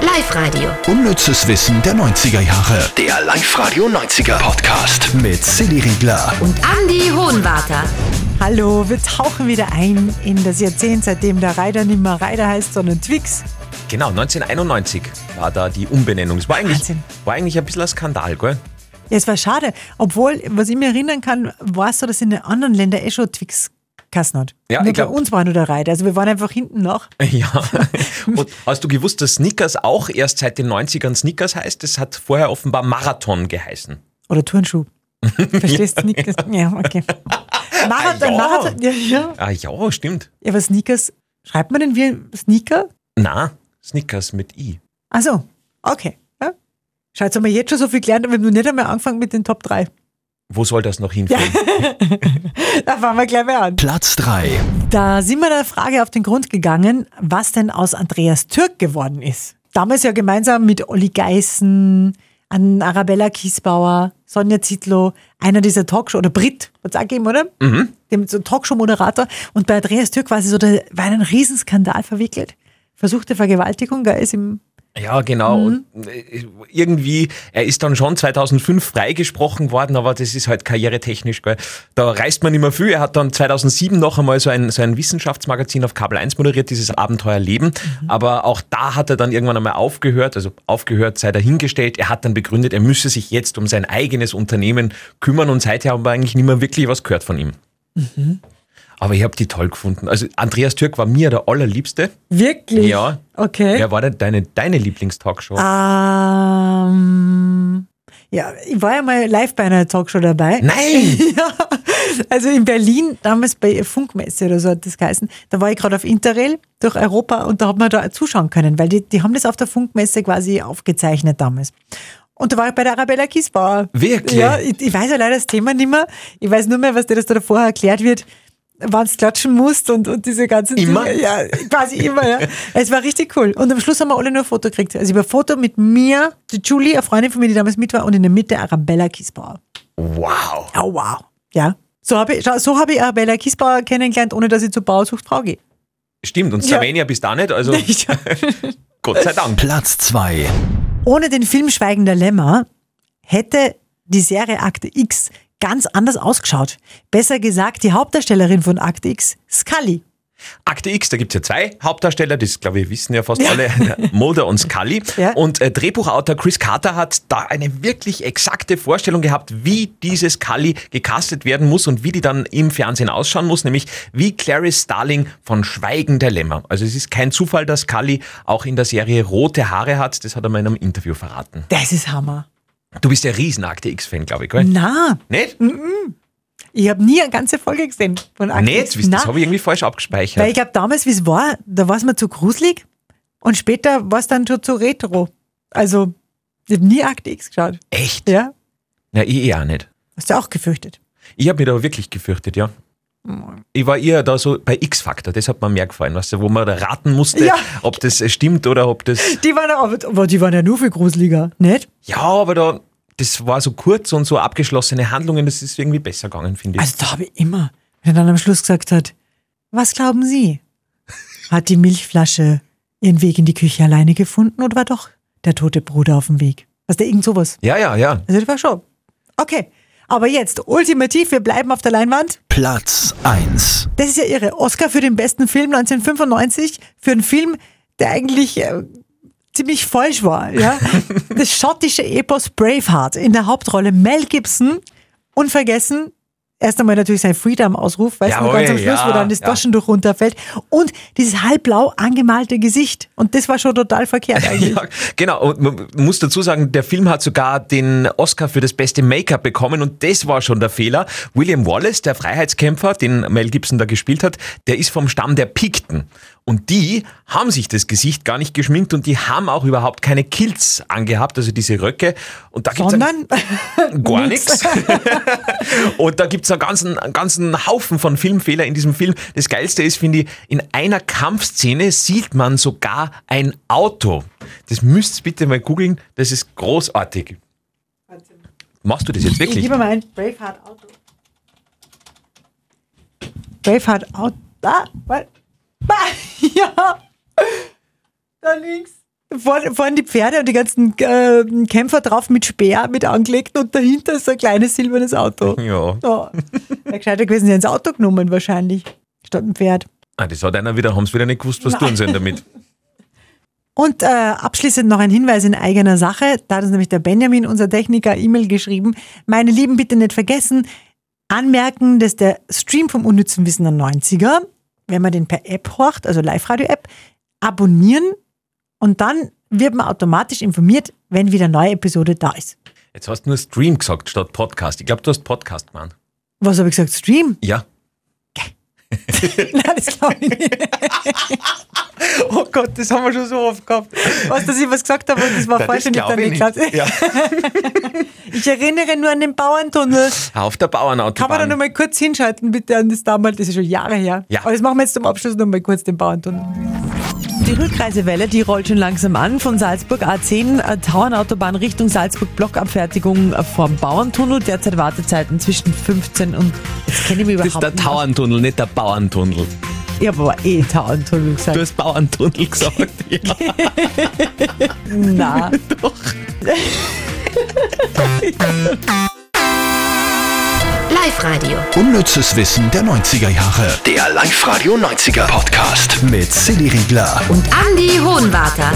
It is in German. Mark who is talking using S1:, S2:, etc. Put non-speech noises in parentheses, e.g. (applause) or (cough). S1: Live-Radio.
S2: Unnützes Wissen der 90er Jahre.
S3: Der Live-Radio 90er Podcast.
S2: Mit Silly Riegler.
S1: Und Andy Hohenwarter.
S4: Hallo, wir tauchen wieder ein in das Jahrzehnt, seitdem der Reiter nicht mehr Reiter heißt, sondern Twix.
S5: Genau, 1991 war da die Umbenennung. Es war eigentlich,
S4: Wahnsinn.
S5: war eigentlich ein bisschen ein Skandal, gell?
S4: Ja, es war schade. Obwohl, was ich mir erinnern kann, war es so, dass in den anderen Ländern eh schon Twix kassen hat.
S5: Ja,
S4: nur
S5: ich glaub-
S4: bei uns war nur der Reiter. Also wir waren einfach hinten noch.
S5: Ja. (laughs) Und hast du gewusst, dass Snickers auch erst seit den 90ern Snickers heißt? Das hat vorher offenbar Marathon geheißen.
S4: Oder
S5: (laughs)
S4: Turnschuh. Verstehst du Snickers? Ja, okay. Marathon,
S5: Ah, ja.
S4: Marathon. Ja, ja.
S5: Ah ja, stimmt.
S4: ja, aber Sneakers, schreibt man denn wie Sneaker?
S5: Na, Snickers mit I.
S4: Also, okay. Ja. Schaut, jetzt haben wir jetzt schon so viel gelernt und wir haben noch nicht einmal angefangen mit den Top 3.
S5: Wo soll das noch hinführen?
S4: (laughs) Da fangen wir gleich mal an.
S2: Platz 3.
S4: Da sind wir der Frage auf den Grund gegangen, was denn aus Andreas Türk geworden ist. Damals ja gemeinsam mit Olli Geißen, an Arabella Kiesbauer, Sonja Zietlow, einer dieser Talkshow, oder Brit, wird's auch geben, oder? Mhm. Dem so Talkshow-Moderator. Und bei Andreas Türk war sie so, der war in einen Riesenskandal verwickelt. Versuchte Vergewaltigung, da ist im,
S5: Ja, genau. Und äh, irgendwie, er ist dann schon 2005 freigesprochen worden, aber das ist halt karrieretechnisch, gell. Da reist man immer viel. Er hat dann 2007 noch einmal so ein, so ein Wissenschaftsmagazin auf Kabel 1 moderiert, dieses Abenteuer Leben. Aber auch da hat er dann irgendwann einmal aufgehört, also aufgehört sei dahingestellt. Er hat dann begründet, er müsse sich jetzt um sein eigenes Unternehmen kümmern und seither haben wir eigentlich nicht mehr wirklich was gehört von ihm. Aber ich habe die toll gefunden. Also Andreas Türk war mir der allerliebste.
S4: wirklich?
S5: Ja.
S4: Okay.
S5: Wer war denn deine, deine Lieblingstalkshow?
S4: Ähm, ja, ich war ja mal live bei einer Talkshow dabei.
S5: Nein!
S4: (laughs) Ja, also in Berlin, damals bei Funkmesse oder so hat das geheißen, da war ich gerade auf Interrail durch Europa und da hat man da zuschauen können, weil die, die haben das auf der Funkmesse quasi aufgezeichnet damals. Und da war ich bei der Arabella Kiesbauer.
S5: Wirklich?
S4: Ja, ich, ich weiß ja leider das Thema nicht mehr. Ich weiß nur mehr, was dir das da vorher erklärt wird, wann du klatschen musst und, und diese ganzen
S5: Immer?
S4: Dinge. Ja, quasi immer,
S5: (laughs)
S4: ja. Es war richtig cool. Und am Schluss haben wir alle nur ein Foto gekriegt. Also über Foto mit mir, die Julie, eine Freundin von mir, die damals mit war, und in der Mitte Arabella Kiesbauer.
S5: Wow.
S4: Oh, wow. Ja. So habe ich, schau, so habe ich Arabella Kiesbauer kennengelernt, ohne dass ich zur Bauersuchtfrau gehe.
S5: (laughs)
S4: (laughs)
S5: Stimmt, und
S4: Ja.
S5: Slovenia bis da nicht, also
S4: Ja.
S5: Gott sei Dank.
S2: Platz 2.
S4: ohne den Film Schweigender Lämmer hätte die Serie Akte X ganz anders ausgeschaut. Besser gesagt, die Hauptdarstellerin von Akte X, Scully.
S5: Akte X, da gibt's ja zwei Hauptdarsteller, das glaube ich wissen ja fast alle, (laughs) Mulder und Scully.
S4: Ja.
S5: Und äh, Drehbuchautor Chris Carter hat da eine wirklich exakte Vorstellung gehabt, wie diese Scully gecastet werden muss und wie die dann im Fernsehen ausschauen muss, nämlich wie Clarice Starling von Schweigen der Lämmer. Also es ist kein Zufall, dass Scully auch in der Serie rote Haare hat, das hat er mal in einem Interview verraten.
S4: Das ist Hammer.
S5: Du bist ja riesen Akte X-Fan, glaube ich, gell?
S4: Mhm. Na,
S5: Nicht?
S4: ich habe nie eine ganze Folge gesehen von Akte
S5: Nicht?
S4: X.
S5: Wisst ihr, Das
S4: Na,
S5: habe ich irgendwie falsch abgespeichert.
S4: Weil ich glaube, damals, wie es war, da war es mir zu gruselig und später war es dann schon zu retro. Also, ich habe nie Akte X geschaut.
S5: Echt?
S4: Ja?
S5: Na, ich eher nicht.
S4: Hast du auch gefürchtet?
S5: Ich habe mich da wirklich gefürchtet, ja. Ich war eher da so bei X-Factor, das hat mir mehr gefallen, weißt du, wo man da raten musste,
S4: Ja.
S5: ob das äh, stimmt oder ob das.
S4: Die waren, aber, aber die waren ja nur viel gruseliger, nicht?
S5: Ja, aber da, das war so kurz und so abgeschlossene Handlungen, das ist irgendwie besser gegangen, finde ich.
S4: Also da habe ich immer, wenn er dann am Schluss gesagt hat, was glauben Sie? Hat die Milchflasche ihren Weg in die Küche alleine gefunden oder war doch der tote Bruder auf dem Weg? Was der irgend sowas?
S5: ja, ja, ja.
S4: Also das war schon. Okay. Aber jetzt, ultimativ, wir bleiben auf der Leinwand.
S2: Platz 1.
S4: Das ist ja irre. Oscar für den besten Film 1995, für einen Film, der eigentlich äh, ziemlich falsch war.
S5: (laughs)
S4: Ja? das schottische Epos Braveheart in der Hauptrolle Mel Gibson. Unvergessen, erst einmal natürlich sein Freedom-Ausruf, weißt du,
S5: Jawohl,
S4: ganz am Schluss, wo
S5: ja,
S4: dann das
S5: ja.
S4: Taschentuch runterfällt. Und dieses halbblau angemalte Gesicht. Und das war schon total verkehrt eigentlich.
S5: Ja, genau, und man muss dazu sagen, der Film hat sogar den Oscar für das beste Make-up bekommen und das war schon der Fehler. William Wallace, der Freiheitskämpfer, den Mel Gibson da gespielt hat, der ist vom Stamm der Pikten. Und die haben sich das Gesicht gar nicht geschminkt und die haben auch überhaupt keine Kilts angehabt, also diese Röcke. Und da (laughs) gibt's
S4: Sondern
S5: gar
S4: nix.
S5: nichts. Und da gibt's einen ganzen, einen ganzen Haufen von Filmfehler in diesem Film. Das Geilste ist, finde ich, in einer Kampfszene sieht man sogar ein Auto. Das müsst ihr bitte mal googeln, das ist großartig. Machst du das jetzt
S4: ich
S5: wirklich?
S4: liebe mein Braveheart Auto. Braveheart (laughs) Auto. Ah, was? Ah, ja. Da links. Vor- Vorne die Pferde und die ganzen äh, Kämpfer drauf mit Speer, mit angelegt und dahinter ist so ein kleines silbernes
S5: (laughs)
S4: Auto.
S5: Ja.
S4: Ja. Wäre gescheiter gewesen, sie hätten das Auto genommen wahrscheinlich, statt ein Pferd.
S5: Ah, das hat einer wieder, haben sie wieder nicht gewusst, was tun sollen damit.
S4: Und äh, abschließend noch ein Hinweis in eigener Sache. Da hat uns nämlich der Benjamin, unser Techniker, E-Mail geschrieben. Meine Lieben, bitte nicht vergessen, anmerken, dass der Stream vom unnützen Wissen der 90er, wenn man den per App horcht, also Live-Radio-App, abonnieren und dann wird man automatisch informiert, wenn wieder eine neue Episode da ist.
S5: Jetzt hast du nur Stream gesagt statt Podcast. Ich glaube, du hast Podcast gemeint.
S4: Was habe ich gesagt? Stream? (laughs)
S5: Ja.
S4: Nein, das glaube ich nicht.
S5: (laughs) Oh Gott, das haben wir schon so oft gehabt.
S4: Was, dass ich was gesagt habe und das war falsch und ich dann nicht gesagt
S5: Ja.
S4: Ich erinnere nur an den Bauerntunnel.
S5: Auf der Bauernautobahn.
S4: Kann man da nochmal kurz hinschalten, bitte, an das damals? Das ist schon Jahre her.
S5: Ja.
S4: Aber das machen wir jetzt zum Abschluss nochmal kurz den Bauerntunnel. Die Rückreisewelle, die rollt schon langsam an. Von Salzburg A10, äh, Tauernautobahn Richtung Salzburg, Blockabfertigung äh, vorm Bauerntunnel. Derzeit Wartezeiten zwischen 15 und. Jetzt kenne ich mich
S6: Das ist der
S4: überhaupt
S6: Tauerntunnel, nicht der Bauerntunnel.
S4: nicht. Ich habe aber eh Tauerntunnel
S6: Du
S4: gesagt.
S6: hast Bauerntunnel gesagt. Ja.
S4: Na.
S1: Live-Radio.
S2: Unnützes Wissen der 90er Jahre.
S3: Der Live-Radio 90er Podcast.
S2: Mit Silly Riegler.
S1: Und Andy Hohenwarter.